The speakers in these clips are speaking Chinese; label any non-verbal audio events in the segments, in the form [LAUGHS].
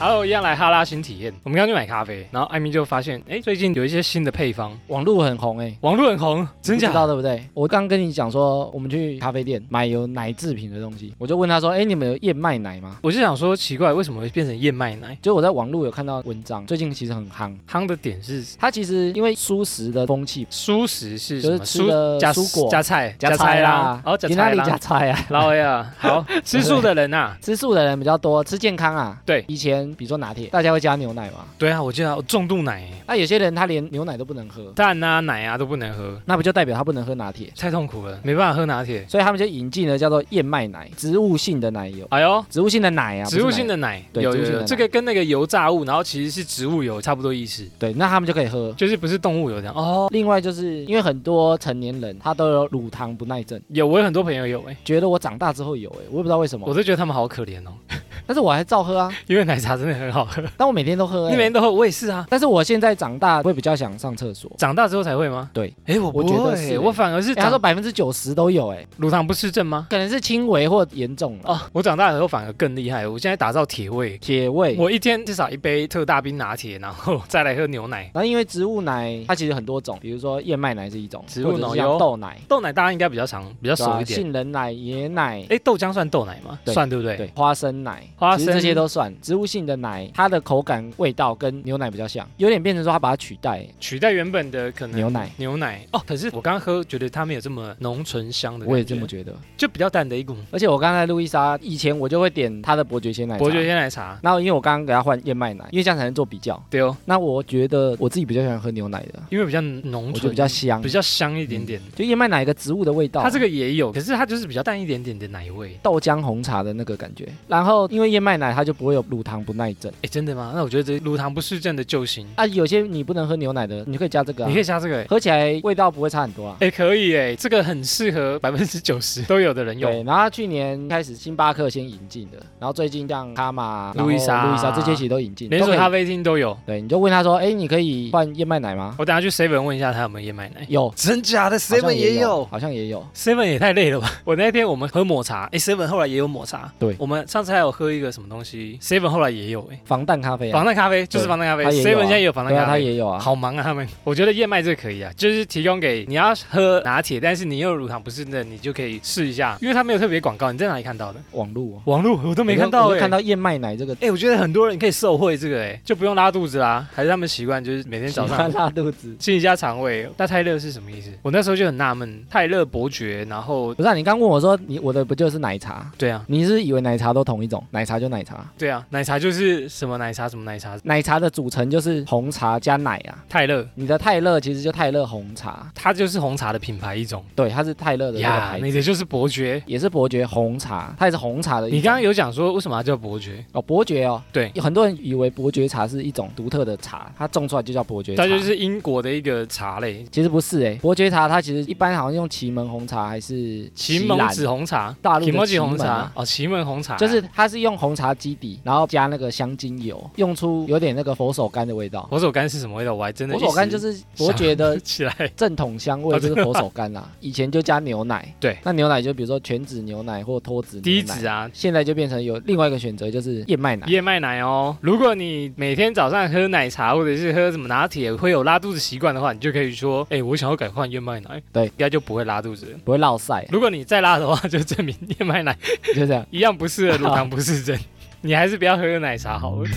Hello，一样来哈拉新体验。我们刚去买咖啡，然后艾米就发现，哎、最近有一些新的配方，网络很红哎、网络很红，真你假知道对不对？我刚跟你讲说，我们去咖啡店买有奶制品的东西，我就问他说：“哎，你们有燕麦奶吗我就想说，奇怪，为什么会变成燕麦奶？”？就我在网络有看到文章，最近其实很夯。夯的点是它其实因为蔬食的风气，蔬食是就什是么？吃的加蔬果加菜菜啊啦，哦加你那菜里啦加，菜啊？老魏啊， [LAUGHS] 好吃素的人呐，吃素的人比较多，吃健康啊。对以前比如说拿铁，大家会加牛奶嘛？对啊，我记得我重度奶、那有些人他连牛奶都不能喝，蛋啊、奶啊都不能喝，那不就代表他不能喝拿铁？太痛苦了，没办法喝拿铁。所以他们就引进了叫做燕麦奶，植物性的奶油，哎呦，植物性的奶啊，植物不是奶性的奶，对有植物有性的有，奶这个跟那个油炸物，然后其实是植物油差不多意思，对，那他们就可以喝。就是不是动物油这样。哦，另外就是因为很多成年人他都有乳糖不耐症，有，我有很多朋友有哎、觉得我长大之后有哎、我也不知道为什我么，都觉得他们好可怜哦， [LAUGHS] 但是我还照喝啊，因为奶茶真的很好喝。但我每天都喝、你欸。每天都喝，我也是啊。但是我现在长大会比较想上厕所。长大之后才会吗？对，哎、我不我觉得会、是欸我反而是欸他长、说百分之九十都有哎、乳糖不适症吗？可能是轻微或严重了。哦，我长大以后反而更厉害，我现在打造铁胃，铁胃，我一天至少一杯特大冰拿铁，然后再来喝牛奶。然后因为植物奶它其实很多种，比如说燕麦奶是一种，植物或者奶是油像豆奶、豆奶大家应该比较常比较对吧熟一点。杏仁奶、椰奶。哎、豆浆算豆奶吗？对算对不对？对，花生奶，花其实这生些都算植物性的奶，它的口感、味道跟牛奶比较像，有点变成说它把它取代欸取代原本的可能牛奶。牛奶哦，可是我刚刚喝，觉得它没有这么浓醇香的，我也这么，觉得。就比较淡的一股而且我刚才路易莎以前我就会点她的伯爵鲜奶茶，伯爵鲜奶茶。然后因为我刚刚给她换燕麦奶，因为这样才能做比较。对哦，那我觉得我自己比较喜欢喝牛奶的，因为比较浓我觉得醇，比较香比，较香一点点。就燕麦奶有个植物的味道，它这个也有，可是它就是比较淡一点点的奶味。豆浆红茶的那个感觉。然后因为燕麦奶它就不会有乳糖不耐症哎，真的吗？那我觉得这乳糖不适症的救星，啊，有些你不能喝牛奶的，你可以加这个、啊你可，以加这个。喝起来味道不会差很多啊。哎，可以哎，这个很适合百分之九十都有的人用。对，然后它去年开始星巴克先引进的，然后最近像卡玛、路易莎啊路易莎这些其实都引进，连都可锁以咖啡厅都有。对，你就问他说，哎，你可以换燕麦奶吗？我等下去 Seven 问一下他有没有燕麦奶。有，真假的好像有，。好像也有。 Seven 也太累了吧！我那天我们喝抹茶，哎，Seven 后来也有抹茶。对我们上次还有喝一个什么东西，Seven 后来也有哎、防弹咖啡啊，防弹咖啡就是对防弹咖啡它也有啊，Seven 现在也有防弹对啊，咖它啡。也有啊。好忙啊，他们。我觉得燕麦这个可以啊，就是提供给你要喝拿铁，但是你又有乳糖不适症，你就可以试一下，因为它没有特别广告。你在哪里看到的？网路哦，网络我都没看到我哎、就看到燕麦奶这个哎、我觉得很多人可以受惠这个哎、就不用拉肚子啦，还是他们习惯就是每天早喜欢上拉肚子。清一下肠胃。那泰勒是什么意思？我那时候就很纳闷，泰勒伯爵，然后不是、啊，你刚问我说你我的不就是奶茶？对啊，你是以为奶茶都同一种？奶茶就奶茶，对啊，奶茶就是什么奶茶什么奶茶，奶茶的组成就是红茶加奶啊。泰勒，你的泰勒其实就泰勒红茶，它就是红茶的品牌一种对，它是泰勒的那个呀牌，子那个就是伯爵。也是伯爵红茶，它也是红茶的一种。你刚刚有讲说为什么它叫伯爵？哦，伯爵哦，对有很多人以为伯爵茶是一种独特的茶，它种出来就叫伯爵茶。它就是英国的一个茶类，其实不是哎、伯爵茶它其实一般好像用祁门红茶还是祁兰蒙紫红茶，大陆祁蒙的紫红门茶啊，哦，祁门红茶就是它是用红茶基底，然后加那个香精油，用出有点那个佛手柑的味道。佛手柑是什么味道？我还真的佛手柑就一是伯爵的时起来， [LAUGHS] 正统香味，就是佛手柑 [LAUGHS] 啦、以前就加牛奶，对那牛奶就比如说全脂牛奶或脱脂低牛奶脂。啊。现在就变成有另外一个选择，就是燕麦奶。燕麦奶哦，如果你每天早上喝奶茶或者是喝什么拿铁会有拉肚子习惯的话，你就可以说，哎、我想要改换燕麦奶，对应该就不会拉肚子了。不会落晒，啊 [LAUGHS] 如果你再拉的话，就证明燕麦奶就这样。一样不适合乳糖不适 [LAUGHS] 症，你还是不要喝奶茶好了。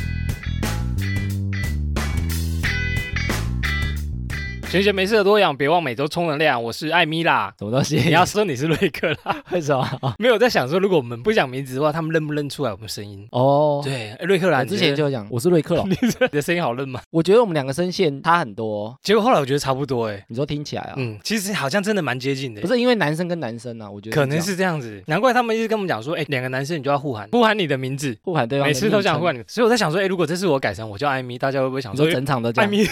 闲闲没事的多养，别忘每周充能量。我是艾米 [LAUGHS] 啦，什么东西？你要说你是瑞克啦， [LAUGHS] 为什么？没有我在想说，如果我们不讲名字的话，他们认不认出来我们声音？哦，对，哎瑞克啦，我你之前觉就有讲我是瑞克得 [LAUGHS] 隆，你这你的声音好认吗？我觉得我们两个声线差很多、 [LAUGHS] 哦结果后来我觉得差不多哎、你说听起来啊，嗯，其实好像真的蛮接近的、欸不是因为男生跟男生啊，我觉得可能这样是这样子，难怪他们一直跟我们讲说，哎、两个男生你就要互喊，互喊你的名字，互喊对方，每次都想。换你，所以我在想说，哎、如果这次我改成我叫艾米，大家会不会想 [LAUGHS] 你说，说诶整场都这艾样，米，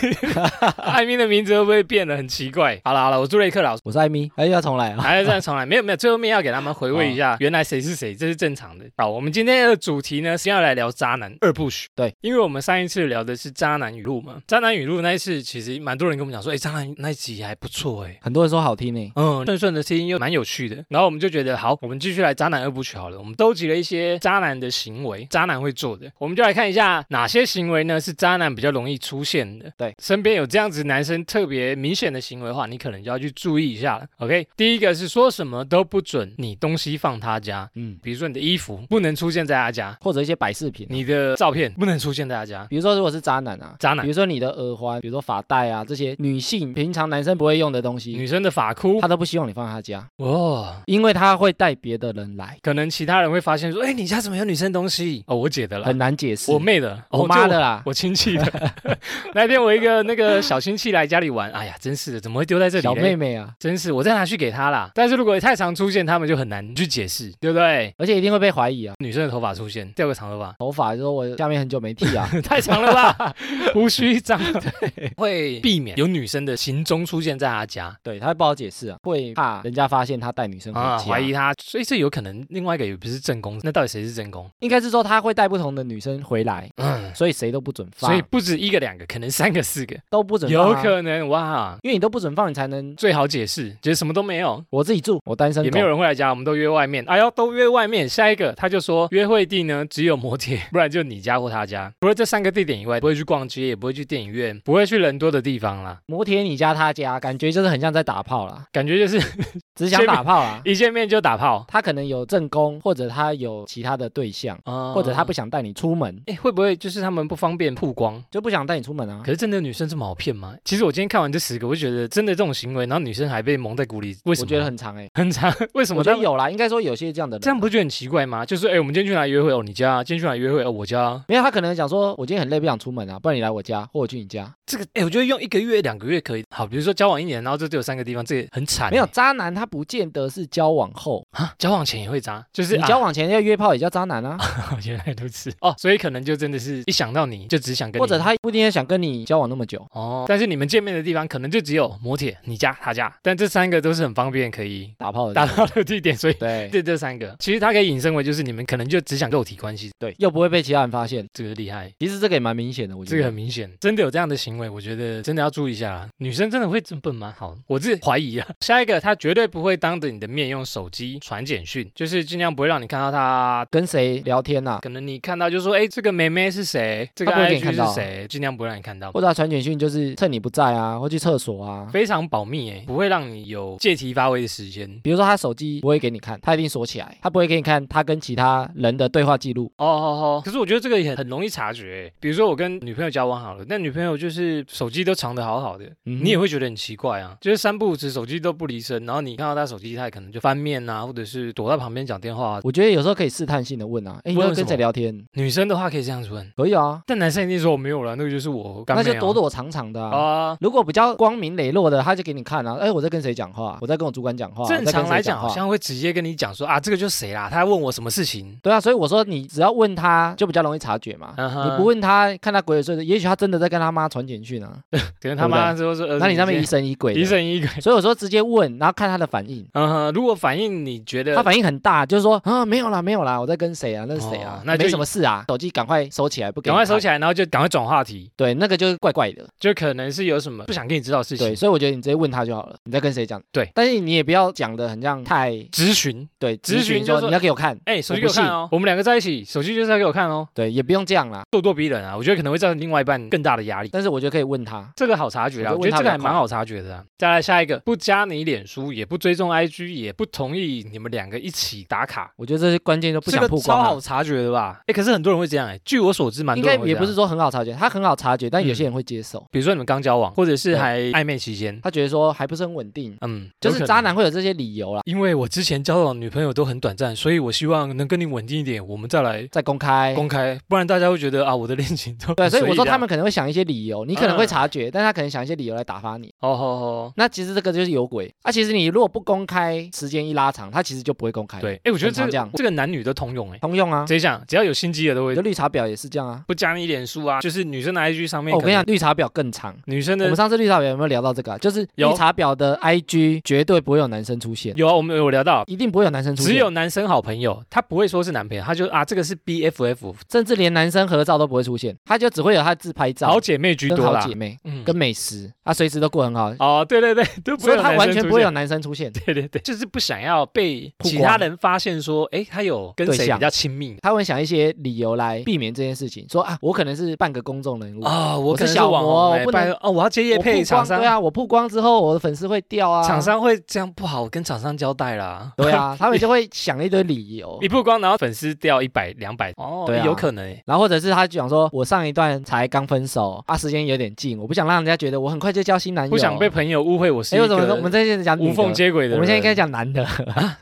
艾米的名字会不会变得很奇怪。好了好了，我朱雷克老师。我是艾米，哎，要重来啊！ [LAUGHS] 还是这样重来，没有没有，最后面要给他们回味一下，原来谁是谁，这是正常的。好，我们今天的主题呢是要来聊渣男二部曲。对，因为我们上一次聊的是渣男语录嘛，渣男语录那一次其实蛮多人跟我们讲说，哎，渣男那一集还不错哎。很多人说好听呢、嗯，顺顺的听又蛮有趣的，然后我们就觉得好，我们继续来渣男二部曲好了。我们收集了一些渣男的行为，渣男会做的，我们就来看一下哪些行为呢是渣男比较容易出现的。对，身边有这样子男生特别明显的行为的话，你可能就要去注意一下了。OK，第一个是说什么都不准你东西放他家，嗯，比如说你的衣服不能出现在他家，或者一些摆饰品啊、你的照片不能出现在他家，比如说如果是渣男啊，渣男比如说你的耳环，比如说发带啊，这些女性平常男生不会用的东西，女生的发箍，他都不希望你放在他家，哦，因为他会带别的人来，可能其他人会发现说，哎，你家怎么有女生东西？哦，我姐的啦，很难解释。我妹的，我哦妈就的啦，我亲戚的。 [LAUGHS] 那天我一个那个小亲戚来家里玩，哎呀，真是的，怎么会丢在这里？小妹，妹啊，真是，我再拿去给她啦。但是如果太常出现，他们就很难去解释，对不对？而且一定会被怀疑啊。女生的头发出现，掉个长头 [LAUGHS] 发，头发就说我下面很久没剃啊，太长了 [LAUGHS] 吧，胡须长，对， [LAUGHS] 会避免有女生的行踪出现在她家。对，他会不好解释啊，会怕人家发现他带女生回家，啊，怀疑她，所以这有可能另外一个也不是正宫，那到底谁是正宫？应该是说他会带不同的女生回来，嗯，所以谁都不准放，所以不止一个两个，可能三个四个，都不准放、有啊，可能哇，因为你都不准放，你才能最好解释，就是什么都没有，我自己住，我单身也狗没有人会来家，我们都约外面。哎呦，都约外面。下一个他就说，约会地呢只有摩铁，不然就你家或他家。除了这三个地点以外，不会去逛街，也不会去电影院，不会去人多的地方啦。摩铁你家他家，感觉就是很像在打炮啦，感觉就是 [LAUGHS] 只想打炮啦。一见面就打炮，他可能有正宫，或者他有其他的对象，啊或者他不。想带你出门，哎，会不会就是他们不方便曝光？就不想带你出门啊可。是真的有女生这么好骗吗？其实我今天看完这十个，我就觉得真的这种行为，然后女生还被蒙在鼓里，为什我么？觉得很长哎、很长， [LAUGHS] 为什么我他觉得们？有啦，应该说有些这样的人，这样不觉得很奇怪吗？就是哎、我们今天去哪里约会？哦，你家。今天去哪里约会？哦，我家。没有他可能想说，我今天很累，不想出门啊，不然你来我家，或我去你家。这个哎、我觉得用一个月、两个月可以。好，比如说交往一年，然后这只有三个地方，这也很惨欸。没有渣男，他不见得是交往后，啊，交往前也会渣，就是你交啊、往前要约炮也叫渣男啊，原来如此哦，所以可能就真的是一想到你就只想跟你或者他不一定想跟你交往那么久。哦，但是你们见面的地方可能就只有摩铁、你家、他家，但这三个都是很方便可以打炮的达地方，到的地点，所以。 [LAUGHS] 对这这三个，其实它可以引申为就是你们可能就只想肉体关系，对，又不会被其他人发现。这个厉害，其实这个也蛮明显的，我觉这得。个很明显，真的有这样的行为，我觉得真的要注意一下啦。女生真的会这么笨吗？好，我自己怀疑啊。 [LAUGHS] 下一个，她绝对不会当着你的面用手机传简讯，就是尽量不会让你看到她跟谁聊天呐、啊，可能你看到就说，哎，这个妹妹是谁？这个她不会给你 IG 看到啊是谁？尽量不让你看到，或者他传简讯就是趁你不在啊，或去厕所啊。非常保密哎，不会让你有借题发挥的时间。比如说他手机不会给你看，他一定锁起来，他不会给你看他跟其他人的对话记录。哦哦哦，可是我觉得这个也很很容易察觉哎。比如说我跟女朋友交往好了，那女朋友就是手机都藏得好好的，嗯哼你也会觉得很奇怪啊，就是三不五时手机都不离身，然后你看到她手机，她也可能就翻面啊，或者是躲到旁边讲电话啊。我觉得有时候可以试探性的问啊，哎，你问都什跟么谁聊天？女生的话可以这样子问，可以啊，但男生一定说我没有了，那个就是我干妹那啊，就躲躲藏藏的啊。啊。如果比较光明磊落的，他就给你看啊，哎，我在跟谁讲话？我在跟我主管讲话。正我在跟常谁来讲哦讲，好话。像会直接跟你讲说啊，这个就是谁啦，他问我什么事情，对啊，所以我说你只要问他，就比较容易察觉嘛。嗯哼你不问他，看他鬼鬼祟祟，也许他真的在跟他妈传简讯啊。可能他妈说呃说，那你那边疑一神疑鬼的， [LAUGHS] 疑神疑鬼。所以我说直接问，然后看他的反应。嗯哼，如果反应你觉得他反应很大，就是说啊，没有啦，没有啦，我在跟谁啊？那是谁啊哦？那就没什么事啊，手机赶快收起来，不给赶快收起来。来，然后就赶快转话题，对，那个就是怪怪的。就可能是有什么不想跟你知道的事对，情，所以我觉得你直接问他就好了，你在跟谁讲？对，但是你也不要讲的很像太咨询。对，咨询咨询就是说说你要给我看，哎、手机给我看哦，我们两个在一起，手机就是要给我看哦，对，也不用这样啦。咄咄逼人啊，我觉得可能会造成另外一半更大的压力。但是我觉得可以问他，这个好察觉啊，我就我问觉得这他个比还较蛮快好察觉的、啊。再来下一个，不加你脸书，也不追踪 IG，也不同意你们两个一起打卡，我觉得这些关键就不这想个曝超光好啊。察觉的吧？哎、可是很多人会这样哎、据我所知，蛮应多该人会也这不样是说很好察觉，他很好察觉，但有嗯些人会接受，比如说你们刚交往，或者是对还暧昧期间，他觉得说还不是很稳定，嗯，就有是可渣能男会有这些理由啦，因为我之前交往的女朋友都很短暂，所以我希望能跟你稳定一点，我们再来在公开。公开，不然大家会觉得啊，我的恋情都哎 [LAUGHS] 对，所以很随我说这他样们可能会想一些理由，你可能会嗯察觉，但他可能想一些理由来打发你。哦吼吼。那其实这个就是有鬼啊！其实你如果不公开，时间一拉长，他其实就不会公开。对，，哎，我觉得很常这这样个这个男女都通用哎，通用啊，谁想只要有心机的都我会的绿茶婊也是这样啊。不加你脸书啊，就是女生的 IG 上面哦，我可跟你能，讲，绿茶婊更长。女生我的们上次绿茶婊有没有聊到这个、啊？就是有绿茶婊的 IG 绝对不会有男生出现，有啊，我们有聊到，一定不会有男生出现，只有男生好朋友，他不会说是男朋友，他就啊，这个是 B F F 甚至连男生合照都不会出现，他就只会有他自拍照好姐妹居跟多好啦姐，妹、嗯跟美食，他随时都过很好，哦，对对对，都不所会以有他男生完全出不会有现。男生出现。对对对，就是不想要被曝其光他人发现说，哎，他有跟对谁象比较亲密他会想一些理由来避免这件事情，说啊，我可能是半个公众人物，啊、哦？我我可是能小网模红我哎不拜能托哦，我要接业我配曝厂光商对啊，我曝光之后，我的粉丝会掉啊，厂商会这样不好，跟厂商交代啦。对啊，他们就会想一堆理由 [LAUGHS] 一，曝光，然后粉丝掉一百两百，哦，对啊有可能欸然后或者是他讲说，我上一段才刚分手啊，时间有点近，我不想让人家觉得我很快就交新男友，不想被朋友误会我是哎，一为什么说我们个这些讲女无的缝接轨的人。我们现在应该讲男的，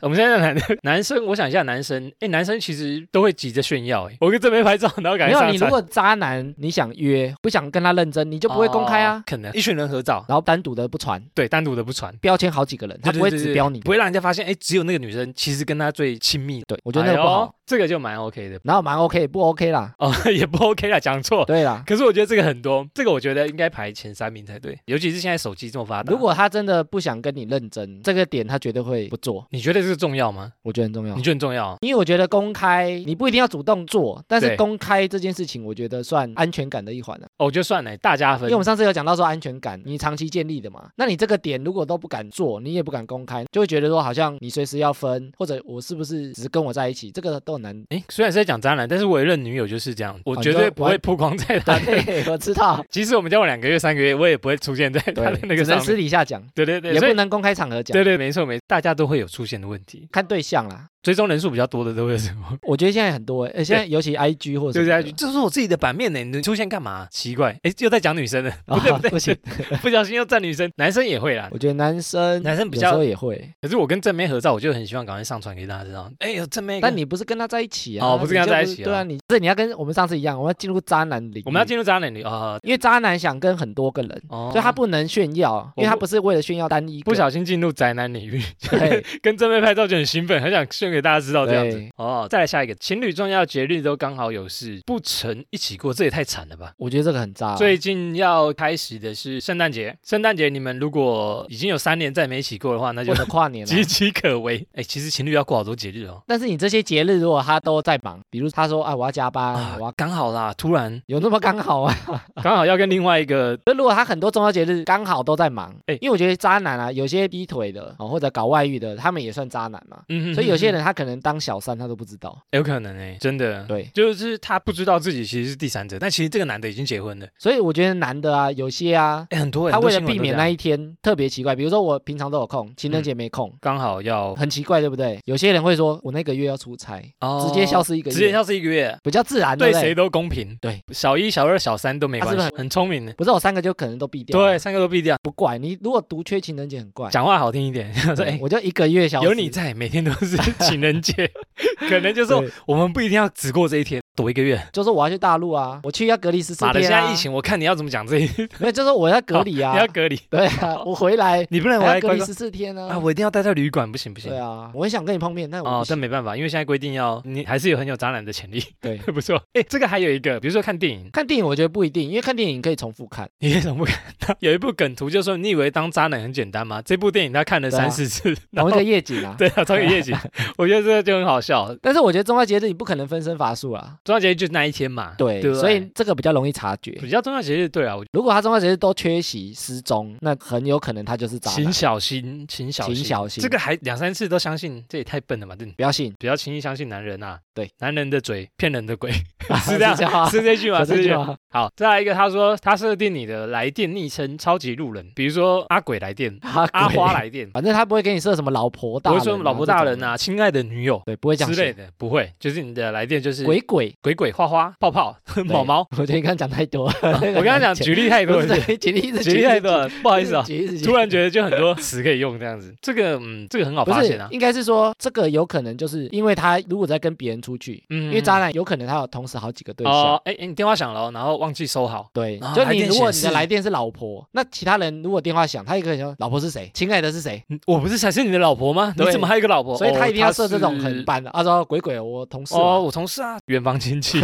我们现在男 [LAUGHS] 男生，我想一下，男生，哎，男生其实都会急着炫耀，哎，我跟这边拍照，然后赶没快有上你如传，果渣男，你想约不想跟他认真，你就不会公开哦啊，可能一群人合照，然后单独的不传，对，单独的不传，标签好几个人，他对不会对对只对标你，不会让人家发现，哎，只有那个女生其实跟他最亲密，对我我觉得那个不好，，这个就蛮 OK 的，然后蛮 OK 不 OK 啦，哦， [LAUGHS] 也不 OK 啦，讲错。对 [LAUGHS] 啦。可是我觉得这个很多，这个我觉得应该排前三名才对，尤其是现在手机这么发达。如果他真的不想跟你认真，这个点他绝对会不做，你觉得这个重要吗？我觉得很重要你。觉得很重要？啊因为我觉得公开你不一定要主动做，但对是公开这件事情，我觉得算安全感的一环了、啊哦，我觉得算了，大加因分为我。们上次有讲到说安全感，你长期建立的嘛，那你这个点如果都不敢做，你也不敢公开，就会觉得说好像你随时要分，或者我是不是只是跟我在一起，这个都很难。哎，虽然是在讲渣男，但是我有一任女友就是这样，我哦绝你对说不玩会曝光在她的。对， [LAUGHS] 我知 [LAUGHS] 道，即使我们交往两个月、三个月，我也不会出现在她对的，那个只能上私面。底下讲，对对对，也所不以能公开场合讲对，对，没错没错，大家都会有出现的问题。看对象啦。追踪人数比较多的都会有什么？我觉得现在很多、欸，呃，现在尤其 IG 或 [LAUGHS] 者就是什在么 [LAUGHS] 的这是我自己的版面呢，你出现干嘛？奇怪，哎，又在讲女 [LAUGHS] 生了，不对啊不对，不行，不小心又占女生，男生也会啦。我觉得男生男生比有时较候，也会，可是我跟正妹合照，我就很希望赶快上传给大家知道。哎呦，正妹，但你不是跟他在一起啊？哦不是跟他你就在一起啊对啊，你这你要跟我们上次一样，我们要进入渣男领域我们要，进入渣男领域啊，因为渣男想跟很多个人，哦所以他不能炫耀，因为他不是为了炫耀单一个， [LAUGHS] 不小心进入宅男领域， [LAUGHS] 对，跟正妹拍照就很兴奋，很想炫给大家知道这样子对。哦，再来下一个，情侣重要节日都刚好有事，不曾一起过，这也太惨了吧。我觉得这个很渣。啊最近要开始的是圣诞节，圣诞节你们如果已经有三年再没一起过的话，那就我的跨年啊岌岌可危。哎，其实情侣要过好多节日哦。但是你这些节日如果他都在忙，比如他说啊我要加班，啊我要，刚好啦，突然有那么刚好啊？ [LAUGHS] 刚好要跟另外一个就如果他很多重要节日刚好都在忙，哎因为我觉得渣男啊，有些劈腿的哦或者搞外遇的，他们也算渣男嘛。嗯哼所以有些哼人他可能当小三他都不知道，哼有可能哎、真的，对，就是他不知道自己其实是第三者，但其实这个男的已经结婚了，所以我觉得男的啊，有些啊，哎，很多人他为了避免那一天特别奇怪，比如说我平常都有空，情嗯人节没空，刚好要、很奇怪，对不对？有些人会说我那个月要出差，哦直接消，失一个月，直接消失一个月，比较自然，对不谁都公平，对，小一、小二、小三都没他关是系，不是啊很聪明的，不是我三个就可能都避掉，对，，三个都避掉，不怪你。如果独缺情人节很怪，讲话好听一点， [LAUGHS] 说对哎。我就一个月消失，有你在，每天都是 [LAUGHS] 情人节， [LAUGHS] 可能就对，是说我们不一定要只过这一天，躲一个月。就说我要去大陆啊，我去要隔离十四妈的，现天在啊疫，情，我看你要怎么讲这一，你没有，就说我要隔离啊要，隔离，对啊，我回来 [LAUGHS] 你不能回还来要隔乖离乖十四天啊！啊，我一定要待在旅馆，不行不行对。啊，我很想跟你碰面，但我哦不，但行没办法，因为现在规定要你还是有很有渣男的潜力， [LAUGHS] 对。不错。哎，这个还有一个，比如说看电影，看电影我觉得不一定，因为看电影可以重复看，你为什么不看？有一部梗图就说你以为当渣男很简单吗？这部电影他看了对啊三四 [LAUGHS] 次， [LAUGHS] 然同后一个夜景啊 [LAUGHS] 。对啊，超越夜 [LAUGHS] 景，我觉得这个就很好笑。但是我觉得中秋节日你不可能分身乏术啊，重要节日就是那一天嘛，对，对不对所以这个比较容易察觉。比较重要节日，对啊，我如果他中秋节日都缺席失踪，那很有可能他就是渣请男。小心，请小心，请小心这个还两三次都相信，这也太笨了吧？真的不要信，比较轻易相信男人啊，对，男人的嘴骗人的鬼， [LAUGHS] 是是这样这样 [LAUGHS] 啊，是这句吗？有是这这句句吗。吗？好，再来一个，他说他设定你的来电昵称超级路人，比如说阿鬼来电、阿阿 [LAUGHS] 鬼花，来电，反正他不会给你设什么老婆大不人、会啊，说老婆大人这种的，啊、亲爱的女友对，不会讲之类的，不会，就是你的来电就是鬼鬼鬼鬼、花花、泡泡、 [LAUGHS] 毛毛。我觉得你刚刚讲太多了， [LAUGHS] 我刚刚讲举例太 [LAUGHS] 不多是了，对举例一 [LAUGHS] 直举例太多，了，不不好意思啊。举例一直突然觉得就很多词可以用这样子，这个嗯，这个很好不发是现啊，。应该是说这个有可能就是因为他如果在跟别人出去，嗯，因为渣男有可能他有同时好几个对象。哦，哎哎，你电话响了哦，然后忘记收好，对啊，就来你电如果显你示的来电是老婆，那其他人如果电话响，他也可以说老婆是谁，亲爱的是谁，嗯我不是才是你的老婆吗？你对怎么还有一个老婆？所以哦他一定要设这种很是板的。他说鬼鬼，我同事嘛，哦，我同事啊，远房亲戚，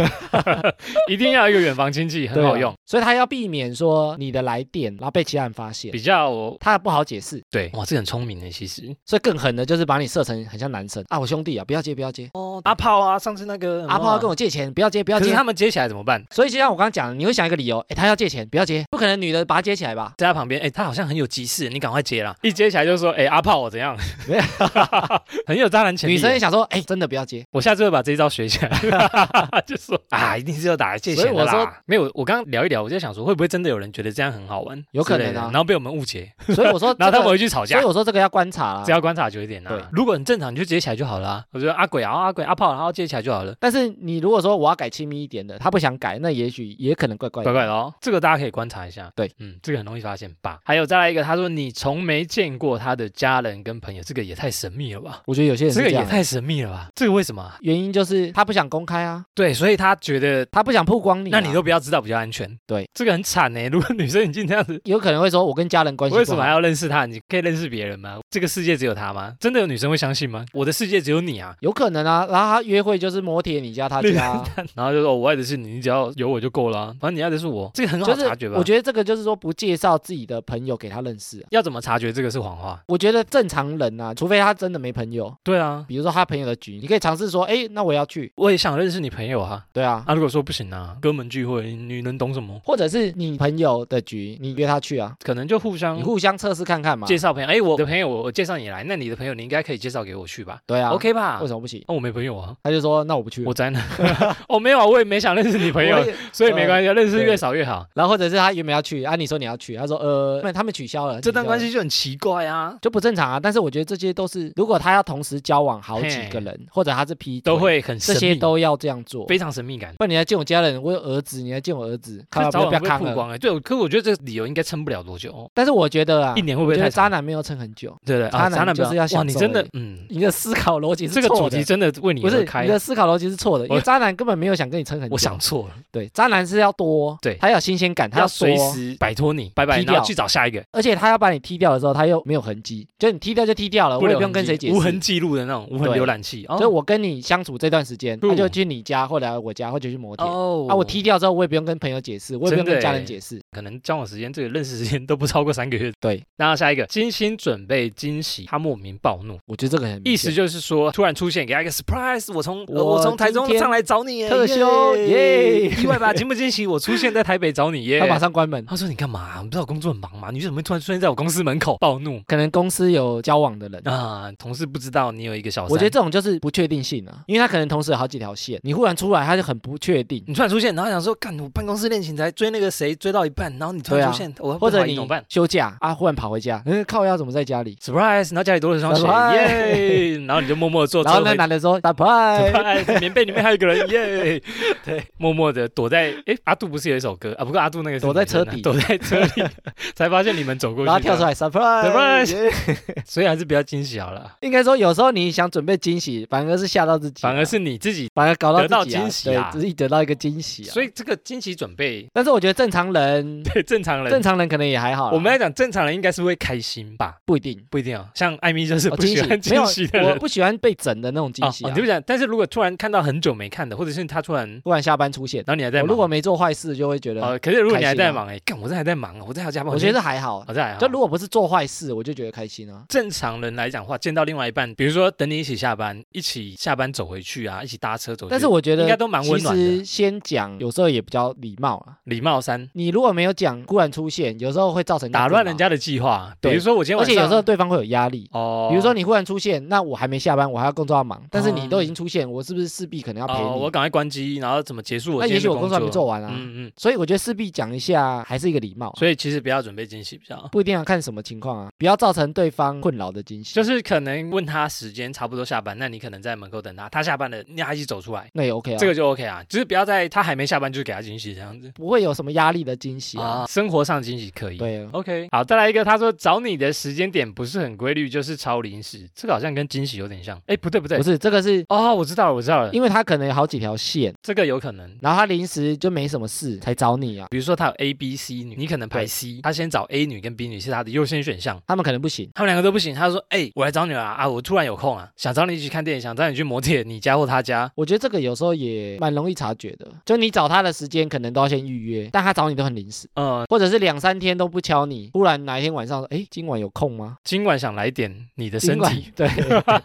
[LAUGHS] 一定要有一个远房亲戚，很好对啊用，，所以他要避免说你的来电，然后被其他人发现比，较我他不好解释，啊对，哇，这个很聪明的，欸其实。所以更狠的就是把你设成很像男生啊，我兄弟啊，不要接不要接，哦，阿炮啊，上次那个阿炮要跟我，我借钱，不要接不要可是接他。们接起来怎么办？所以就像我刚刚讲的，你会想一个理由，哎，他要借钱，不要接，不可能女的把他接起来吧？在他旁边，哎、他好像很有急事，你赶快接啦！一接起来就说，哎、阿炮我 [LAUGHS] 怎样没有？很有渣男潜力。啊女生也想说，哎，真的不要 [LAUGHS] 接，我下次会把这一招学起来， [LAUGHS] 就说啊，一定是要打来借钱的啦。所以我说没有，我刚刚聊一聊，我就在想说，会不会真的有人觉得这样很好玩？有可能之啊类的然后被我们误解，所以我说这个，然后他们回去吵所架以。我说这个要观察啦只。要观察久一点对啊。如果很正常，你就接起来就好了、啊。我觉得阿鬼啊，阿鬼阿炮，然后接起来就好了，但是你如果说我要改亲密一点的，他不想改，那也许也可能怪怪乖的。乖的哦。这个大家可以观察一下。对，嗯，这个很容易发现吧。还有再来一个，他说你从没见过他的家人跟朋友，这个也太神秘了吧？我觉得有些人是这个这也样的，太神秘了吧？这个为什么啊？原因就是他不想公开啊，对，所以他觉得，他不想曝光你啊、那你都不要知道比较安全。对，这个很惨呢。如果女生已经这样子，有可能会说，我跟家人关系为什不么好还要认识他？你可以认识别人吗？这个世界只有他吗？真的有女生会相信吗？我的世界只有你啊！有可能啊，然后他约会就是摩铁你家他家啊、然后就说、哦我爱的是你，你只要有我就够了啊、反正你爱的是我，这个 [LAUGHS] 很好就是察觉吧？我觉得这个就是说不介绍自己的朋友给他认识、啊。要怎么察觉这个是谎话？我觉得正常人啊，除非他真的没朋友，对啊，比如说他朋友的局，你可以尝试说，哎，那我也要去，我也想认识你朋友啊。对啊，啊，如果说不行啊，哥们聚会，你能懂什么？或者是你朋友的局，你约他去啊，可能就互相你互相测试看看嘛，嗯介绍朋友。哎，我的朋友我我介绍你来，那你的朋友你应该可以介绍给我去吧、对啊 o k 吧？为么？什么不行？哦，我没朋友啊。他就说，那我不去，我宅男， [LAUGHS] 哦没有啊，我也没想认识你朋友 [LAUGHS] 我，也呃所以没关系，认识越少越好。然后或者是他原本要去，啊，你说你要去，他说呃，那他们取消了，这段取消关了系就很奇怪啊，就不正常啊。但是我觉得这些都是，如果他要同时交往好几个人，或者他是劈腿都会很这神秘些都要这样做。非常神秘感。不然你来见我家人，我有儿子，你来见我儿子，可看是早不晚要不要会被看曝了。光哎，对，可是我觉得这个理由应该撑不了多久哦，但是我觉得啊一，年会不我会觉太得渣长？男没有撑很久，对对，渣啊男渣男不就是要哇，享你受真的而已，嗯，你的思考逻辑是这个错主的题真的为你不而是开你。的思考逻辑是错的，因为我渣男根本没有想跟你撑很久。我想错了，对，渣男是要多，对他要有新鲜感，他要多随，时摆脱你，拜拜，踢然后掉去找下一个，而且他要把你踢掉的时候，他又没有痕迹，就你踢掉就踢掉了，呃我也留不用痕跟迹谁解释，无痕记录的那种无痕对浏览器。所以哦我跟你相处这段时间，嗯他就去你家，或者来我家，或者去摩天。哦啊，我踢掉之后，我也不用跟朋友解释，我也不真用的跟家耶人解释。可能交往时间这个认识时间都不超过三个月。对，那下一个精心准备惊喜，他莫名暴怒，我觉得这个很意明思显就是说突然出现，给他一个 surprise，我从呃我我从台中今天上来找你，特休耶，耶意外吧？惊不惊喜？我出现在台北找你耶他。马上关门，他说你干嘛？我不知道我工作很忙吗？你为什么会突然出现在我公司门口？暴怒可能公司有交往的人。啊！同事不知道你有一个小三，我觉得这种就是不确定性啊，因为他可能同时有好几条线，你忽然出来，他就很不确定。你突然出现，然后想说，干，我办公室恋情才追那个谁，追到一半，然后你突对然啊出现，我或者你你怎么办休假啊，忽然跑回家，嗯，靠，要怎么在家里？ ？surprise，然后家里多了一双鞋，耶 Surprise！然后你就默默地坐，然后那坐回男 [LAUGHS] 的说打牌， surprise，棉被里面还有一个 [LAUGHS] 人，耶，对，默默的躲在，哎，阿杜不是有一首歌啊？不过阿杜那个是躲在女生车啊底躲在车 [LAUGHS] 里，才发现你们走过去，然后跳出来，来 surprise，所以还是比较惊喜好了， [LAUGHS] 应该说有时候你想准备惊喜，啊反而是吓到自己，反而是你自己，反而搞得到到自己啊惊喜啊对，自己得到一个惊喜啊。所以这个惊喜准备，但是我觉得正 [LAUGHS] 常人，对正常人，正常人啊可能也还好啦。我们来讲正常人应该是会开心吧？不一定。不一定哦，像艾米就是哦不喜欢没惊有喜的人我。不喜欢被整的那种惊喜、哦啊哦，你不讲，但是如果突然看到很久没看的，或者是他突然，然突然下班出现，后你还在我忙，如果没做坏事，就会觉得，呃，可是如果你还开心啊在忙，哎，干，我这还在忙啊，我这还要加班，我觉今得还好天。我这哦还好就如果不是做坏事，我就觉得开心啊。正常人来讲话，见到另外一半，比如说等你一起下班，一起下班走回去啊，一起搭车走回去，但是我觉应该得都蛮其温暖的实，先讲，有时候也比较礼貌啊。礼貌三。你如果没有讲，忽然出现，有时候会造成打乱人困家的计划，比对如说我今天啊扰，而晚且上，有时候对方会有压力。哦，比如说你忽然出现，那我还没下班，我还要工作要忙，但是哦你都已经出现，我是不是势必可能要陪哦，我你？赶快关机，然后怎么结束我那今也天许的我工工作还没做完啊。嗯嗯，所以我觉得势必讲一下，还是一个礼貌啊。所以其实不要准备惊喜比较好。不一定要看什么情况啊，不要造成对方困扰的惊喜，就是可能问他时间差不多下班，那你可能在门口等他，他下班了，你还一起走出来，那也 OK 啊，这个就 OK 啊，就是不要在他还没下班就给他惊喜这样子不会有什么压力的惊喜啊。啊，生活上惊喜可以。对啊， OK，好，再来一个。他说找你的时间点不是很规律，就是超临时。这个好像跟惊喜有点像。哎，不对不对不，是这个是是哦，我知道了，我知道了，因为他可能有好几条线，这个有可能。然后他临时就没什么事才找你啊，比如说他有 A、B、C 女，你可能排对 C，他先找 A 女跟 B 女是他的优先选项，他们可能不行。他们两个都不行，他就说：“哎、我来找你了啊啊，我突然有空啊，想找你一起看电影，想找你去摩铁你家或他家。我觉得这个有时候也蛮容易察觉的，就你找他的时间可能都要先预约，但他找你都很临时，嗯，或者是两三天都不敲你，突然哪一天晚上说，哎，今晚有空吗？今晚想来点你的今身晚体 [LAUGHS] 对，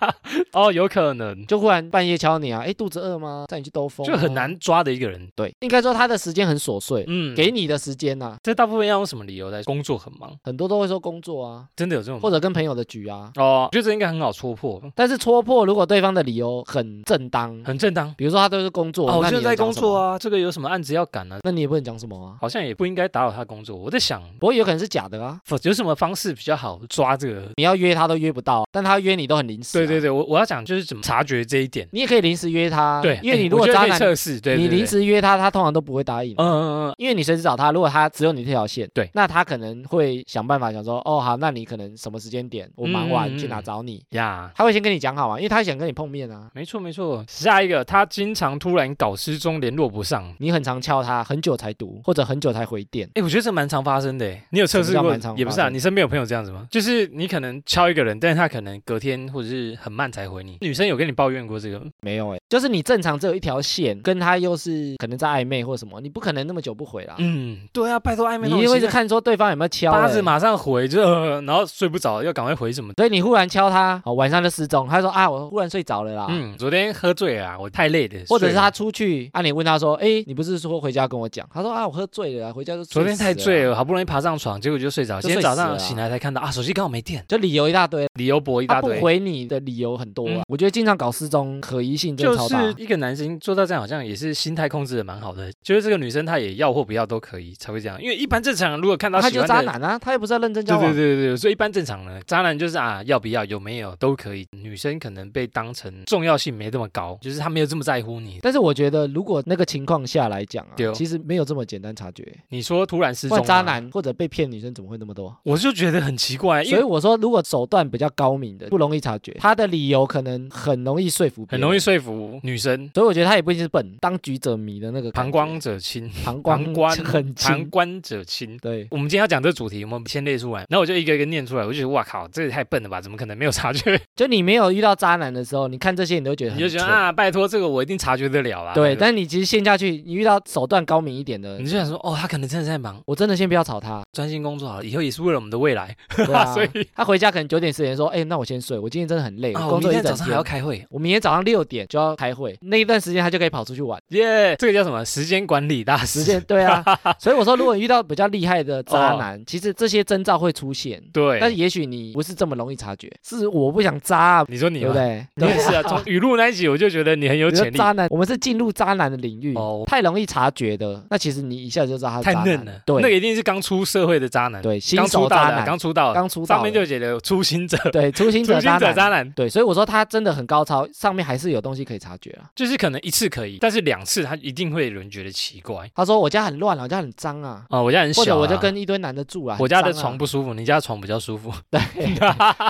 [LAUGHS] 哦，有可能，就忽然半夜敲你啊，哎，肚子饿吗？带你去兜风啊，就很难抓的一个人。对，应该说他的时间很琐碎，嗯，给你的时间呐、啊，这大部分要用什么理由来？工作很忙，很多都会说工作啊，真的有这种或者跟朋友的局啊。哦，我觉得这应该很好戳破，但是戳破，如果对方的理由很正当，很正当。比如说他都是工作，哦，我那现你在在工作啊，啊，这个有什么案子要赶啊？那你也不能讲什么啊。好像也不应该打扰他工作。我在想，不过有可能是假的啊，有什么方式比较好抓这个？啊你要约他都约不到，但他约你都很临时、对对对，对，我我要讲就是怎么察觉这一点。你也可以临时约他，对，因为哎你如我果觉得渣可以男，测试，对，你对临，对时约他，他通常都不会答应。嗯嗯嗯嗯，因为你随时找他，如果他只有你这条线，对那他可能会想办法想说，哦好，那你可能什么时间点我忙嗯完嗯去哪嗯找你，呀。他会先跟你讲好嘛，因为他想跟你碰面啊，没错没错，下一个他经常突然搞失踪，联络不上。你很常敲他，很久才读，或者很久才回电。哎，我觉得这蛮常发生的欸诶。你有测试什么叫过蛮常？也不是啊，发生你身边有朋友这样子吗？就是你可能敲一个人，但是他可能隔天或者是很慢才回你。女生有跟你抱怨过这个吗？没有哎、就是你正常只有一条线，跟他又是可能在暧昧或什么，你不可能那么久不回啦。嗯，对啊，拜托暧昧那你种一定会情是况看说对方有没有敲、八字欸，马上回，就、呃、然后睡不着，要赶快回什么？所以你忽然敲他，哦，晚上就失踪，他说啊，我忽然睡着了啦。嗯，昨天喝醉了啊，我太累了，或者睡是了他出去，啊，你问他说，哎、你不是说回家跟我讲？他说啊，我喝醉了啊，回家就昨天太醉了啊，了，好不容易爬上床，结果就睡着。就今天睡早死上了啊醒来才看到啊，手机刚好没电，就理由一大堆，理由驳一他大不堆。回你的理由很多、啊嗯我觉得经常搞失踪可疑性真就的超大。是一个男生做到这样，好像也是心态控制的蛮好的。就是这个女生她也要或不要都可以才会这样，因为一般正常人如果看到他喜就欢渣的，男啊，他又不是在认真交对往对对，对对，所以一般正常人渣男就是啊要不要有没有都可以。女生可能被当成重要性没这么高，就是她没有这么在乎你。但是我觉得，如果那个情况下来讲啊对哦，其实没有这么简单察觉。你说突然失不踪啊然，渣男。男或者被骗女生怎么会那么多？我就觉得很奇怪，哎因所以为我说，如果手段比较高明的，不容易察觉，他的理由可能很容易说服，很容易。说服女生。所以我觉得他也不一定是笨，当局者迷的那个感旁觉观者清，旁旁观观旁很轻，观者清。对，我们今天要讲这个主题，我们先列出来，然后我就一个一个念出来，我就觉得哇靠，这也太笨了吧，怎么可能没有察 [LAUGHS] 觉？就你没有遇到渣男的时候，你看这些你都会觉得你很就觉得蠢啊，拜托，这个我一定察觉得了啊。对，但你其实陷下去，你遇到手段高明一点的你，就想说，哦，他可能真的在忙，我真的先不要 [LAUGHS] 吵他，专心工作好了，以后也是为了我们的未来对啊所以，他回家可能九点十点说，哎，那我先睡，我今天真的很累，啊。我我工明作一天整早上还要天。开会，我明天早上六点就要开会，那一段时间他就可以跑出去玩。耶，这个叫什么？时间管理大师。时间对啊， [LAUGHS] 所以我说，如果你遇到比较厉害的渣男，其实这些征兆会出现，哦对，但是也许你不是这么容易察觉，是我不想渣啊， [LAUGHS] 你说你对不吗？对？你也是啊，从语录那一集我就觉得你很有比如说潜力，渣男，我们是进入渣男的领域，哦太容易察觉的，那其实你一下就知道他是太渣嫩男了，那个对一定是刚出社会的渣男，对，新刚手出渣道的啊，男，刚出道的，刚出上道面的，就写的初心者，对，初心初者心渣者渣男。男，对，所以我说他真的很高超，上面还是有东西可以察觉啊。就是可能一次可以，但是两次他一定会有人觉得奇怪他说我家很乱啊，我家很脏啊，啊、我家很小、啊，或者我就跟一堆男的住啊，我家的很脏啊床，不舒服，你家的床比较舒服，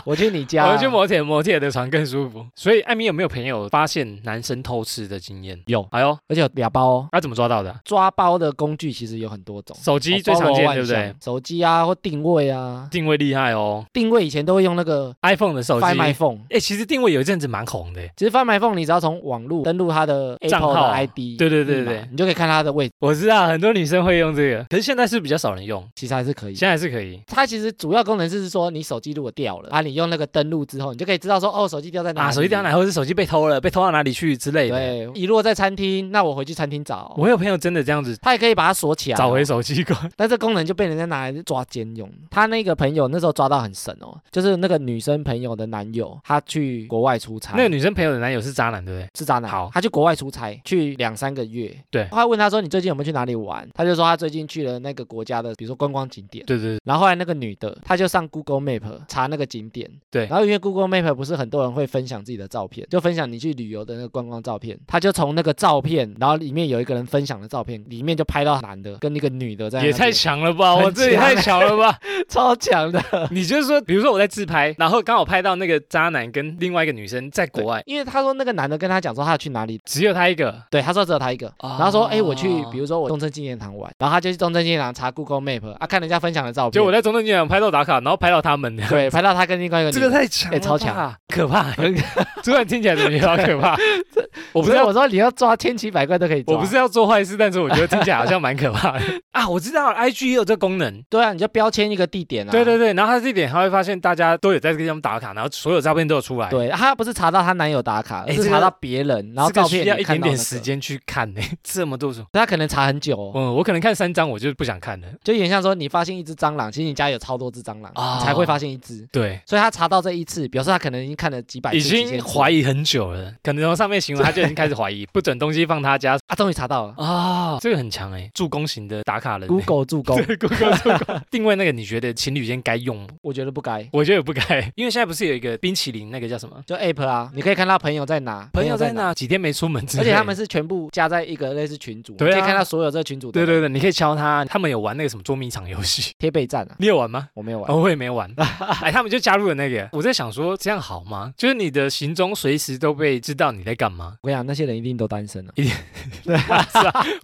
我去你家啊， [LAUGHS] 我去摩铁，摩铁的床更舒服。所以艾米有没有朋友发现男生偷吃的经验？有，哎呦，而且有俩包哦。那、怎么抓到的啊、抓包的工具其实有很多种，哦手机最常见，对不对？？手机啊，或定位啊，定位厉害哦定位以前都会用那个，iPhone 的手机。 Find My 哎、 Phone。其实定位有一阵子蛮红的。其实 Find My Phone，你只要从网络登录它的 Apple 账号啊的 ID，对对对密码对你就可以看它的位置，我知道很多女生会用这个，可是现在是比较少人用，其实还是可以。现在还是可以它其实主要功能是说，你手机如果掉了啊，你用那个登录之后，你就可以知道说，哦，手机掉在哪里。啊，手机掉哪，或者是手机被偷了，被偷到哪里去之类的。对，遗落在餐厅，那我回去餐厅找。我有朋友真的这样子它也可以把它锁起来、啊找回手机过，但这功能就被人家拿来抓奸用。他那个朋友那时候抓到很神哦，就是那个女生朋友的男友，他去国外出差，那个女生朋友的男友是渣男，对不对？是渣男。好他去国外出差，去两三个月。对后来问他说：“你最近有没有去哪里玩？”他就说他最近去了那个国家的，比如说观光景点。对对然后后来那个女的，她就上 Google Map 查那个景点。对然后因为 Google Map 不是很多人会分享自己的照片，就分享你去旅游的那个观光照片。她就从那个照片，然后里面有一个人分享的照片，里面就拍到男的跟一个女的在那也边。太 [LAUGHS] 强了吧！很我这也强太欸强了 [LAUGHS] 吧！超强的。你就是说，比如说我在自拍，然后刚好拍到那个渣男跟另外一个女生在国外，因因为他说那个男的跟他讲说他要去哪里，只有他一个，对，他说只有他一个，哦然后说哎、我去，比如说我东正纪念堂玩，然后他就去东正纪念堂查 Google Map 啊，看人家分享的照片，就我在中正纪念堂拍照打卡，然后拍到他 [LAUGHS] 们的。对，拍到他跟另外一个女这的，个太强了哎吧，超强可 [LAUGHS] 怕。突然听起来怎么觉得好可 [LAUGHS] 怕？我不是所以要我说你要抓千奇百怪都可以抓，我不是要做坏事，但是我觉得听起来好像蛮可怕的 [LAUGHS] 啊！我知道了，IG 也有这功能。对啊，你就标签一个地点啊，对对对，然后他这点他会发现大家都有在这个地方打卡，然后所有照片都有出来。，对，他不是查到她男友打卡，而哎是这查个到别人，然后这照个片需要也一看点到点那个时，间去看 [LAUGHS] 呢、 [LAUGHS] 这么多种。他可能查很久哦。嗯，我可能看三张我就不想看了。就有点像说，你发现一只蟑螂，其实你家有超多只蟑螂，啊你才会发现一只。对，所以他查到这一次，表示他可能已经看了几百次，已几千经次怀疑很久了，可能从上面行为他就已经开始怀疑，不准东西放他 [LAUGHS] 家啊，终于查到了。啊、这个很强哎、助攻型的打卡人、欸。 Google 助攻， [LAUGHS] 对 Google 助攻定位那个，你觉得情侣间该用吗？我觉得不该。我觉得不该，因为现在不是有一个冰淇淋那个叫什么？就 App 啊，你可以看到朋友在哪，朋友在在，哪？几天没出门之类而的且他们是全部加在一个类似群组，对啊你可以看到所有这个群组对的对对，你可以敲他，他们有玩那个什么捉迷藏游戏， [LAUGHS] 贴背战啊，你有玩吗？我没有玩。哦，我也没 [LAUGHS] 玩，哎，他们就加入了那个。我在想说，这样好吗？就是你的行踪随时都被知道你在干 [LAUGHS] 嘛。我跟你讲，那些人一定都单身了，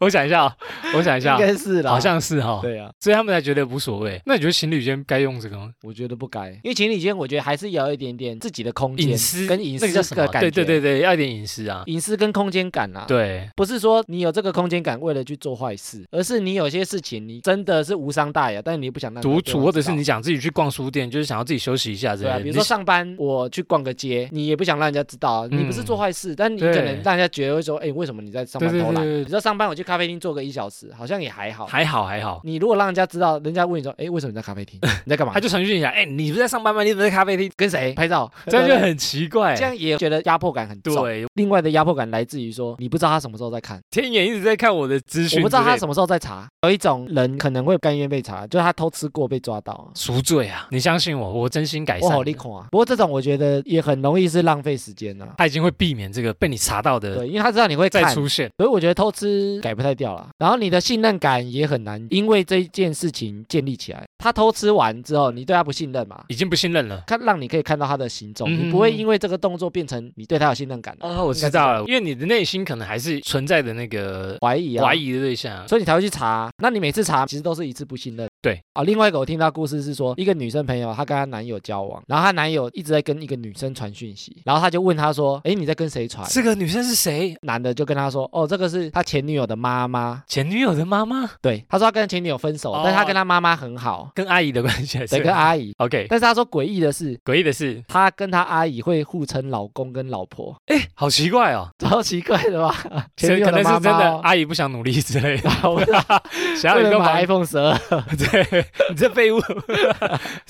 我想一下、哦，我想一下应哦、该是啦，好像是哈、哦，对啊，所以他们才觉得无所谓。那你觉得情侣间该用这个吗？我觉得不该，因为情侣间我觉得还是要有一点点自己的空间隐私跟隐那私个叫什的么？啊感对觉，对对对，要一点隐私啊。隐私跟空间感啦、。啊对，不是说你有这个空间感为了去做坏事，而是你有些事情你真的是无伤大雅，但是你不想让独处，或者是你。你想自己去逛书店，就是想要自己休息一下之类对的。啊，比如说你嗯上班我去逛个街，你也不想让人家知道啊，你不是做坏事，但你可对能让人家觉得会说，哎，为什么你在上班对对偷懒？对对对比如说上班我去咖啡厅坐个一小时，好像也还好。还好还好，你如果让人家知道，人家问你说，哎，为什么你在咖 [LAUGHS] 啡厅？你在干嘛他？就传讯一下，哎、你不是在上班吗？你怎么在咖啡厅？跟谁拍照？这样对就不对很奇怪。这样也觉得压迫感很重。对，另外的压迫感来自于说，你不知道他什么时候在看，天眼一直在看我的资讯之类的，我不知道他什么时候在查。有一种人可能会甘愿被查，就是他偷吃过被抓到啊。赎罪啊！你相信我，我真心改我善好厉了。害啊！不过这种我觉得也很容易是浪费时间啊。他已经会避免这个被你查到的对，因为他知道你会看再，出现。所以我觉得偷吃改不太掉了，然后你的信任感也很难因为这一件事情建立起来。他偷吃完之后，你对他不信任嘛？已经不信任了。看让你可以看到他的行踪，嗯你不会因为这个动作变成你对他有信任感的哦，我知道了，因为你的内心可能还是存在的那个怀疑啊，怀，疑的对象。所以你才会去查。那你每次查其实都是一次不信任。对啊，另外一个我听到故事是说，一个女生朋友她跟她男友交往，然后她男友一直在跟一个女生传讯息，然后她就问她说：“诶，你在跟谁传这个女生是谁？？”男的就跟她说：“哦，这个是她前女友的妈妈。前女友的妈妈”对，她说她跟前女友分手，哦但她跟她妈妈很好。跟阿姨的关系还是整个阿姨。 OK。但是他说诡异的是，诡异的是，他跟他阿姨会互称老公跟老婆，哎，好奇怪哦，超奇怪的吧？ [LAUGHS] 前女友可能的是妈真妈的哦、阿姨不想努力之类 [LAUGHS] 的， [LAUGHS] 想要为你了干买嘛？ iPhone 十啊二， [LAUGHS] 对，你这废 [LAUGHS] 物，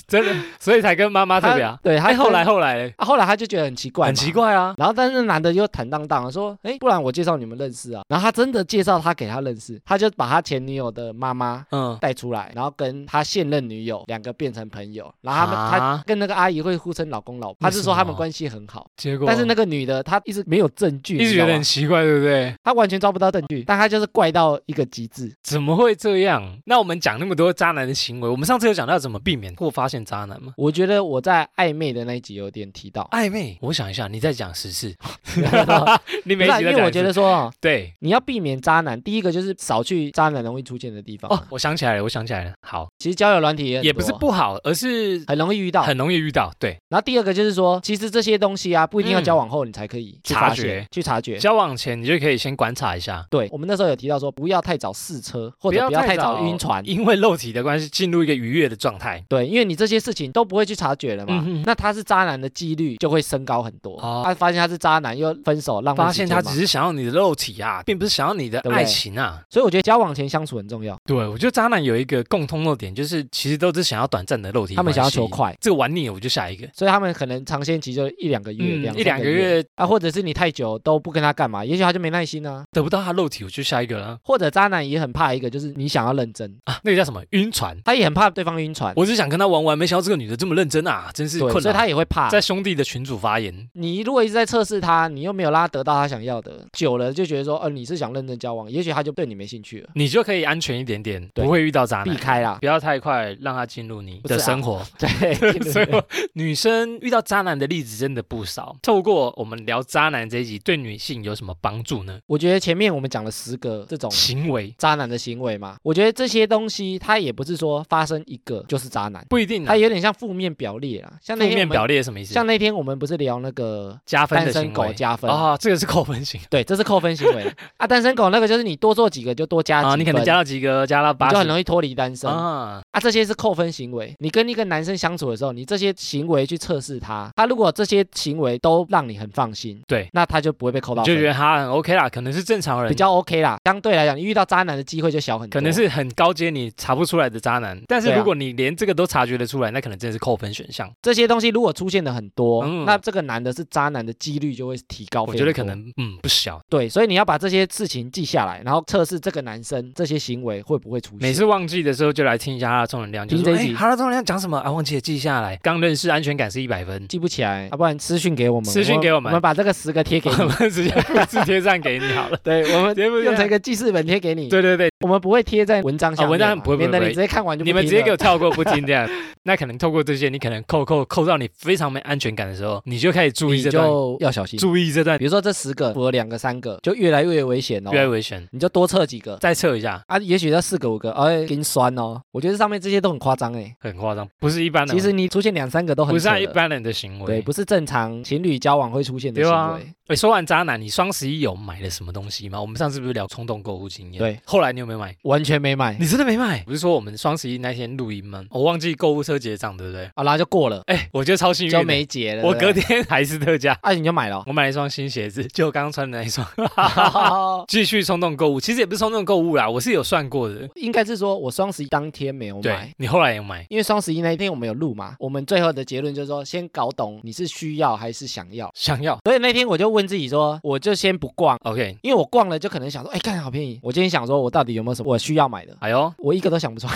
真的，所以才跟妈妈特别他啊。对他哎，跟后来后来，啊后来他就觉得很奇怪，很奇。怪啊，然后，但是那男的又坦荡荡的说：“哎，不然我介绍你们认识啊。”然后他真的介绍他给他认识，他就把他前女友的妈妈嗯，带出来，然后跟他现任女友两个变成朋友。然后他们、他啊跟那个阿姨会互称老公老婆，他是说他们关系很好。结果但是那个女的她一直没有证一据，你直知觉道得吗很奇怪，对不对？他完全抓不到证据，但他就是怪到一个极致。怎么会这样？那我们讲那么多渣男的行为，我们上次有讲到怎么避免或发现渣男吗？，我觉得我在暧昧的那一集有点提到暧昧，我想一下，你在讲十 [LAUGHS] 次，不是啊你因每一集在讲一次为我觉得说啊，对。你要避免渣男，第一个就是少去渣男容易出现的地方。哦哦，，我想起来了，我想起来了，好，其实交友软体也很也不是多啊不好，而是很容易遇到。很容易遇到。对，然后第二个就是说，其实这些东西啊，不一定要嗯交往后你才可以去察发现觉、去察觉。交往前你就可以先观察一下，对，我们那时候有提到说，不要太早试车，或不者要不要太太早晕船。因为肉体的关系进入一个愉悦的状态。对，因为你这些事情都不会去察觉了嘛，嗯哼那他是渣男的几率就会升高很多。哦他发现他是渣男，又分手，浪费发时现间他嘛只是想要你的肉体啊，并不是想要你的对不对爱情啊。所以我觉得交往前相处很重要，对，我觉得渣男有一个共通的点，就是其实都是想要短暂的肉体关系，他们想要求快，这个玩腻了，我就下一个。所以他们可能尝鲜期就一两个月、嗯两，一三两个个月啊，或者是你太久都不跟他干嘛，也许他就没耐心啊。得不到他肉体，我就下一个了或者渣男也很怕一个，就是你想要认真，啊。那个叫什么晕晕船。他也很怕对方晕船，我只想跟他玩玩，没想到这个女的这么认真啊，真是对，困所以他难。也会怕。在兄弟的群组发言，你如果一直在测试他，你又没有让他得到他想要的，久了就觉得说，呃，你是想认真交往，也许他就对你没兴趣了，你就可以安全一点点，啊对不会遇到渣避男。[LAUGHS] 开啦。不要太快让他进入你不是的啊生活。 [LAUGHS] 对， [LAUGHS] 所以我女生遇到渣男的例子真的不少。透过我们聊渣男这一集，对女性有什么帮助呢？我觉得前面我们讲了十个这种行为渣男的行为嘛，我觉得这些东西它也不是说发生一个就是渣男，不一定啊、它有点像负面表列啦。像负那天我面们表列是什么意思？像那天我们不是聊那个加分单的身行狗为加分，啊、这个是扣分型对，这是扣分行 [LAUGHS] 为啊。单身狗那个就是你多做几个就多加几分，啊，你可能加到几个，加到你八就很十容易脱离单身啊啊，这些是扣分行为。你跟一个男生相处的时候，你这些行为去测试他，他如果这些行为都让你很放心，对，那他就不会被扣你到就觉分，得他很 OK 啦，可能是正常人，比较 OK 啦。相对来讲，你遇到渣男的机会就小很多，可能是很高阶你查不出来的渣男。但是对啊如果你连这个都察觉得出来，那可能真的是扣分选项。这些东西如果出现的很多，嗯那这个男的是渣男的几率就会提高非我常多。觉得可能嗯不小，对，所以你要把这些事情记下来，然后测试这个男生这些行为会不会出现。每次忘记的时候就来听一下他的正能量，就是说听这一哎集他的正能量讲什么啊？忘记了记下来。刚认识安全感是一百分，记不起来，要、不然私讯给我们，私讯给我我们我们把这个十个贴给 [LAUGHS] 我你。。们直接复制贴上给你好了对，我们贴不贴啊用成一个记事本贴给你。，对对 [LAUGHS] 对，我们不会贴在文章下啊面嘛，文章不会不会免得不你会直接看完就不你们直听接给了我跳过不听这样，那可能透过这些，你可能扣扣扣到你非常没安全感的时候，你就开始注意你这段，就要小心。注意这段比如说这十个，符合两个、三个，就越来越危险哦越。来越危险，你就多测几个再测一下，啊，也许要四个、五个，哎，给你酸哦。我觉得上面这些都很夸张哎。很夸张，不是一般的，其实你出现两三个都很不是啊扯一了般人的行为。对，不是正常情侣交往会出现的对行啊为。，哎，说完渣男，你双十一有买了什么东西吗？我们上次不是聊冲动购物经验？对，后来你有没有买？完全没买你真的没买？不是说我们双十一那天录音吗？我忘记购物车结账，对不对？啊，然后就过了，哎，我觉得超幸运的，就没结了。我对隔不对天还是特价，。啊，你就买了我买了一双新鞋子，就我刚刚穿的那一双。 [LAUGHS] 哦继续冲动购物，其实也不是冲动购物啦，我是有算过的。应该是说我双十一当天没有买对。你后来有买，因为双十一那一天我们有录嘛，我们最后的结论就是说，先搞懂你是需要还是想要。想要所以那天我就问自己说，我就先不逛， OK，因为我逛了就可能想说，哎，看好便宜。我今天想说，我到底有没有什么我需要买的？哎呦我一个都想不出来，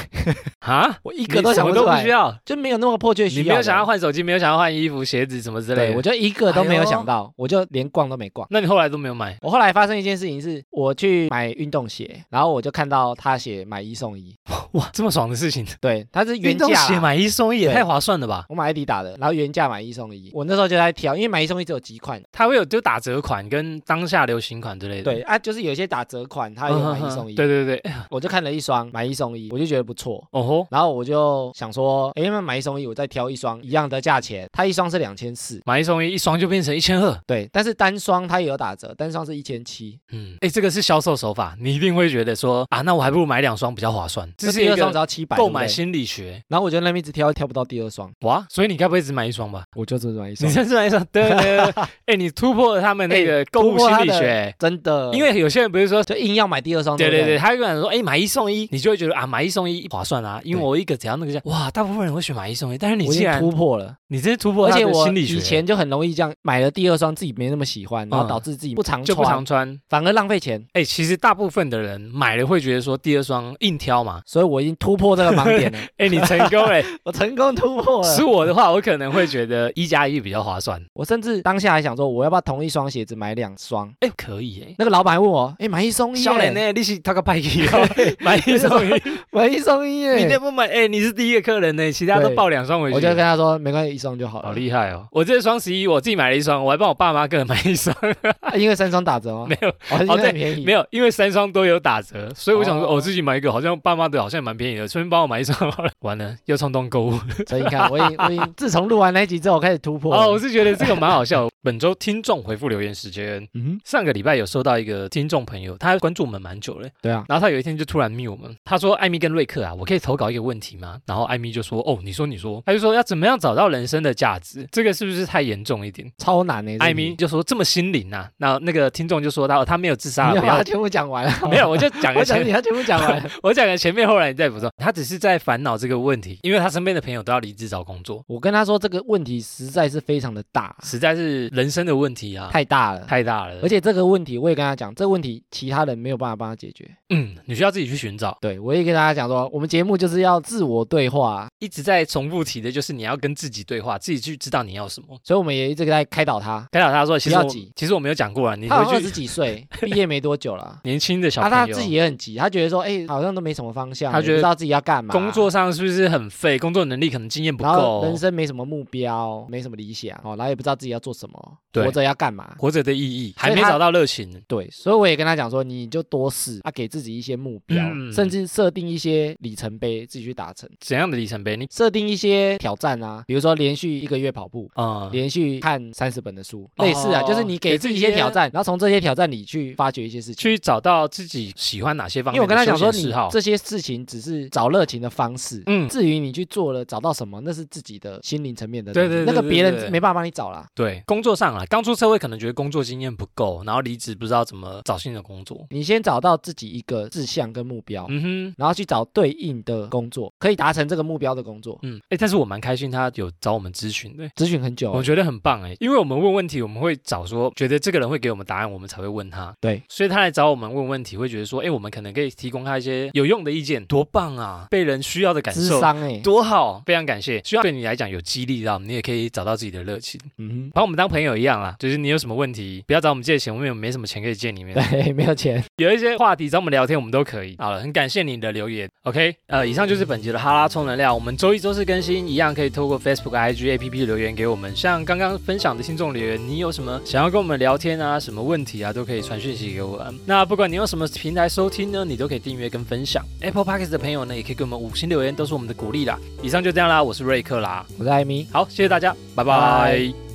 [LAUGHS] 啊，我一一个都想不出都来，需要，就没有那么迫切需你要。没有想要，换手机，没有想要换衣服、鞋子什么之类对的。我就一个都没有哎呦想到，我就连逛都没逛。那你后来都没有买，我后来发生一件事情是，我去买运动鞋，然后我就看到他写买一送一，哇，这么爽的事 [LAUGHS] 情！对，它是原运动价鞋啦。买一送一也对太划算了吧？我买 Adidas 的，然后原价买一送一。我那时候就在挑，因为买一送一只有几款，它会有就打折款跟当下流行款之类的。对啊，就是有一些打折款，它嗯，有买哼一哼送一。对，对对，哎我就看了一双买一送一，我就觉得不错。哦吼，然后我就想说，哎，那买一送一，我再挑一双一样的价钱，它一双是两千四，买一送一，一双就变成一千二。对，但是单双它也有打折，单双是一千七，嗯，哎，这个是销售手法，你一定会觉得说啊，那我还不如买两双比较划算。这是第一二双只个要七百，购买对不对心理学然后我就那边一直挑，挑不到第二双，哇，所以你该不会只买一双吧？我就只买一 [LAUGHS] 双你。真是来说，对对对，哎、你突破了他们那个购突物破心他理的学，真的，因为有些人不是说。就硬要买第二双，对对对不对，，他就想说，哎，买一送一，你就会觉得啊，买一送一划算啊，因为对我一个只要那个价，哇，大部分人会选买一送一，但是你我已既经然突破了，你真是突破而他且的我心理学，以前就很容易这样，买了第二双自己没那么喜欢，然嗯后导致自己不常就不常穿，穿。反而浪费钱，哎，其实大部分的人买了会觉得说第二双硬挑嘛，所以我已经突破这个盲点了， [LAUGHS] 哎，你成功 [LAUGHS] 了。我成功突破是了。我的话，我可能会觉得一加一比较划算。 [LAUGHS] 我甚至当下还想说，我要不要同一双鞋子买两双？哎，可以那个老板还问我，哎，买一送哎，一耶，小磊呢，你是他个派去哦， [LAUGHS] 买一送 [LAUGHS] 一，买一送一你耶那。不买，哎，你是第一个客人呢，其他都对抱两双回去。我就跟他说，没关系，一双就好好了，厉害哦！我这双十一我自己买了一双，我还帮我爸妈各人买一双，啊因为三双打折吗？ [LAUGHS] 没有，哦，因为对很便宜，没有，有，因为三双都有打折，所以我想说，哦我、自己买一个，好像爸妈的好像蛮便宜的，顺便帮我买一双 [LAUGHS] 好了。完了，又冲动购物。 [LAUGHS] 所以你看，[LAUGHS] 我已我已自从录完那一集之后，我开始突破了。哦，我是觉得这个蛮好笑的。本周听众回复留言时间，嗯哼，上个礼拜有收到一个听众朋友，他关注我们蛮久了，对啊，然后他有一天就突然密我们，他说：“艾米跟瑞克啊，我可以投稿一个问题吗？”然后艾米就说：“哦，你说你说。”他就说要怎么样找到人生的价值，这个是不是太严重一点？ [LAUGHS] 超难欸呢。艾哎米就说这么心灵呐、那那个 [LAUGHS] 听众就说他他没有自杀，你不要把它要全部讲完了。啊 [LAUGHS] 没有，我就讲我个讲前你要全部讲完。 [LAUGHS] 我讲个前面后来来再补充，他只是在烦恼这个问题，因为他身边的朋友都要离职找工作， [LAUGHS] 我跟他说这个问题实在是非常的大，实在是人生的问题啊，太太大了。太大了。而且，且这个问题我也跟他讲，这个问题其他人没有办法帮他解决。嗯，你需要自己去寻找。对我也跟大家讲说，我们节目就是要自我对话，一直在重复提的就是你要跟自己对话，自己去知道你要什么。所以我们也一直在开导他。开导他说，其实不我要急其实我没有讲过啊，你他好像回二十去 [LAUGHS] 几岁，毕业没多久了。年轻的小啊，朋他友。自己也很急，他觉得说，哎、好像都没什么方向，他也觉得不知道自己要干嘛，工作上是不是很废？工作能力可能经验不然后够人，生没什么目标，没什么理想哦，然后也不知道自己要做什么，对活着要干嘛。活着的意义所以还没他找到热情。对，所以我也跟他讲说，你就多试啊，给自己一些目标，嗯甚至设定一些里程碑，自己去达成，怎样的里程碑？你设定一些挑战啊，比如说连续一个月跑步，啊，连续看三十本的书，哦类似啊，就是你给给自自己己一一些些挑战，然后从这些挑战里去发掘一些事情。去找到自己喜欢哪些方因面为我跟他的讲休说，闲你嗜好这些事情只是找热情的方式，嗯至于你去做了，找到什么，那是自己的心灵层面的东对西，对对那个对别对人没办法帮你找啦。对工作上啊，刚出社会可能觉得工作经验不够，然后离职不知道怎么找新的工作。你先找到自己一个志向跟目标，嗯哼。然后去找对应的工作，可以达成这个目标的工作。嗯，哎、但是我蛮开心他有找我们咨询的，咨询很久我哦，觉得很棒哎，因为我们问问题，我们会找说觉得这个人会给我们答案，我们才会问他。对，所以他来找我们问问题，会觉得说，哎，我们可能可以提供他一些有用的意见，多棒啊！被人需要的感智受，商哎，多好，非常感谢。希望对你来讲有激励到，你也可以找到自己的热情，嗯把我们当朋友一样啦。就是你有什么问题，不要找我们借钱，我们也没什么钱可以借你们。哼，对，没有钱，有一些话题找我们聊天，我们都可以。好了，很感谢你的留言。OK，呃，以上就是本集的哈拉充能量。我们周一、周四更新，一样可以透过 Facebook、IG、APP 留言给我们。像刚刚分享的听众留言，你有什么想要跟我们聊天啊，什么问题啊，都可以传讯息给我们。那不管你用什么平台收听呢，你都可以订阅跟分享。Apple Podcast 的朋友呢，也可以给我们五星留言，都是我们的鼓励啦。以上就这样啦，我是瑞克啦。我是艾米。好，谢谢大家，拜拜拜